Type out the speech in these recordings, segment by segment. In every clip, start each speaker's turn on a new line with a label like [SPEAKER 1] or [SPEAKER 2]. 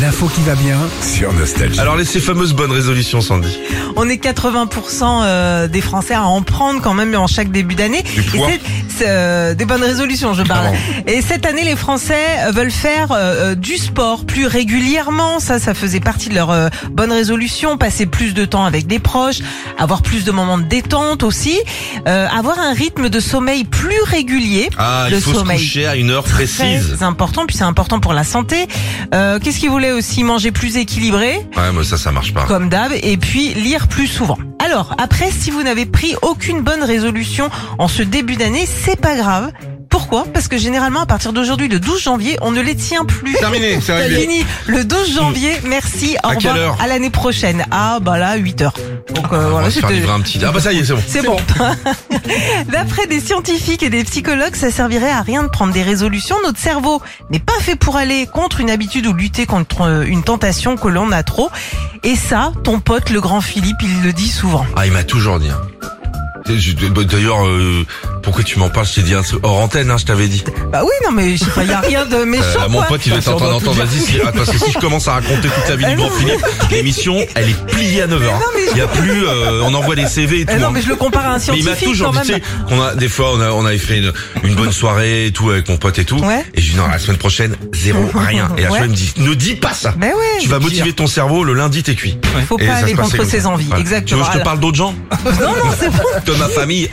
[SPEAKER 1] l'info qui va bien.
[SPEAKER 2] sur Nostalgie.
[SPEAKER 3] Alors, les ces fameuses bonnes résolutions, Sandy.
[SPEAKER 4] On est 80% euh, des Français à en prendre quand même en chaque début d'année.
[SPEAKER 3] Du poids.
[SPEAKER 4] Et c'est- c'est, euh, des bonnes résolutions, je parle. Et cette année, les Français euh, veulent faire euh, euh, du sport plus régulièrement. Ça, ça faisait partie de leur euh, bonne résolution. Passer plus de temps avec des proches, avoir plus de moments de détente aussi, euh, avoir un rythme de sommeil plus régulier.
[SPEAKER 3] Ah,
[SPEAKER 4] Le
[SPEAKER 3] il faut
[SPEAKER 4] sommeil.
[SPEAKER 3] se coucher à une heure précise.
[SPEAKER 4] Très important, puis c'est important pour la santé. Euh, Qu'est-ce qu'ils voulaient aussi Manger plus équilibré
[SPEAKER 3] Ouais, mais ça, ça marche pas.
[SPEAKER 4] comme d'hab, et puis lire plus souvent. Alors, après, si vous n'avez pris aucune bonne résolution en ce début d'année, c'est pas grave. Pourquoi Parce que généralement, à partir d'aujourd'hui, le 12 janvier, on ne les tient plus.
[SPEAKER 3] Terminé, c'est
[SPEAKER 4] C'est
[SPEAKER 3] réglé.
[SPEAKER 4] fini. Le 12 janvier, merci, au
[SPEAKER 3] À quelle
[SPEAKER 4] revoir,
[SPEAKER 3] heure
[SPEAKER 4] à l'année prochaine. Ah, bah là, 8 heures. Donc euh,
[SPEAKER 3] On
[SPEAKER 4] voilà,
[SPEAKER 3] va se faire
[SPEAKER 4] c'était-
[SPEAKER 3] livrer un petit. Ah, bah, ça y est, c'est bon.
[SPEAKER 4] c'est bon. D'après des scientifiques et des psychologues, ça servirait à rien de prendre des résolutions. Notre cerveau n'est pas fait pour aller contre une habitude ou lutter contre euh, une tentation que l'on a trop. Et ça, ton pote, le grand Philippe, il le dit souvent.
[SPEAKER 3] Ah, il m'a toujours dit. hein. Je- bah, D'ailleurs, euh, pourquoi tu m'en parles Je t'ai dit un truc hors antenne, hein, je t'avais dit.
[SPEAKER 4] Bah oui, non, mais je sais pas, il y a rien de
[SPEAKER 3] Euh,
[SPEAKER 4] méchant.
[SPEAKER 3] mon
[SPEAKER 4] quoi.
[SPEAKER 3] pote, il est en train d'entendre. Vas-y, si, ah, parce que si je commence à raconter toute la vie
[SPEAKER 4] Eh
[SPEAKER 3] du grand Philippe, l'émission, elle est pliée à 9h. Il y a plus, euh, on envoie des CV et tout.
[SPEAKER 4] Eh non,
[SPEAKER 3] hein.
[SPEAKER 4] mais je le compare à un
[SPEAKER 3] Mais il
[SPEAKER 4] scientifique
[SPEAKER 3] m'a toujours
[SPEAKER 4] quand
[SPEAKER 3] dit, tu
[SPEAKER 4] même.
[SPEAKER 3] sais, qu'on a, des fois, on, a, on avait fait une, une bonne soirée et tout avec mon pote et tout.
[SPEAKER 4] Ouais.
[SPEAKER 3] Et je dis, non, la semaine prochaine, zéro, rien. Et la
[SPEAKER 4] Ouais.
[SPEAKER 3] semaine, il me dit, ne dis pas ça.
[SPEAKER 4] Mais Bah ouais.
[SPEAKER 3] Tu vas motiver ton cerveau, le lundi, t'es cuit.
[SPEAKER 4] Faut
[SPEAKER 3] Et
[SPEAKER 4] pas
[SPEAKER 3] ça
[SPEAKER 4] aller
[SPEAKER 3] se passait
[SPEAKER 4] contre
[SPEAKER 3] comme ça.
[SPEAKER 4] ses envies.
[SPEAKER 3] Voilà. Tu
[SPEAKER 4] Exactement.
[SPEAKER 3] veux que je te
[SPEAKER 4] Alors-
[SPEAKER 3] parle d'autres gens?
[SPEAKER 4] Non, non, c'est bon.
[SPEAKER 3] De ma famille?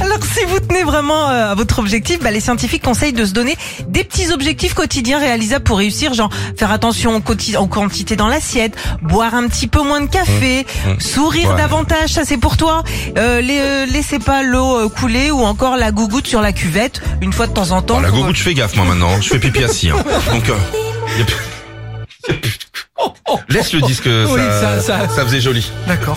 [SPEAKER 4] Alors si vous tenez vraiment euh, à votre objectif, bah, les scientifiques conseillent de se donner des petits objectifs quotidiens réalisables pour réussir, genre faire attention aux, quoti- aux quantités dans l'assiette, boire un petit peu moins de café, sourire
[SPEAKER 3] Mmh, Ouais.
[SPEAKER 4] davantage, ça c'est pour toi, euh, les- euh, laissez pas l'eau euh, couler ou encore la gougoute sur la cuvette une fois de temps en temps.
[SPEAKER 3] Bon, la
[SPEAKER 4] pour-
[SPEAKER 3] gogoute, je fais gaffe, moi, maintenant. Je fais pipi assis, hein. Donc, euh, y a plus- y a plus- Laisse le disque,
[SPEAKER 1] Oui,
[SPEAKER 3] ça,
[SPEAKER 1] ça-
[SPEAKER 3] ça faisait joli.
[SPEAKER 1] D'accord.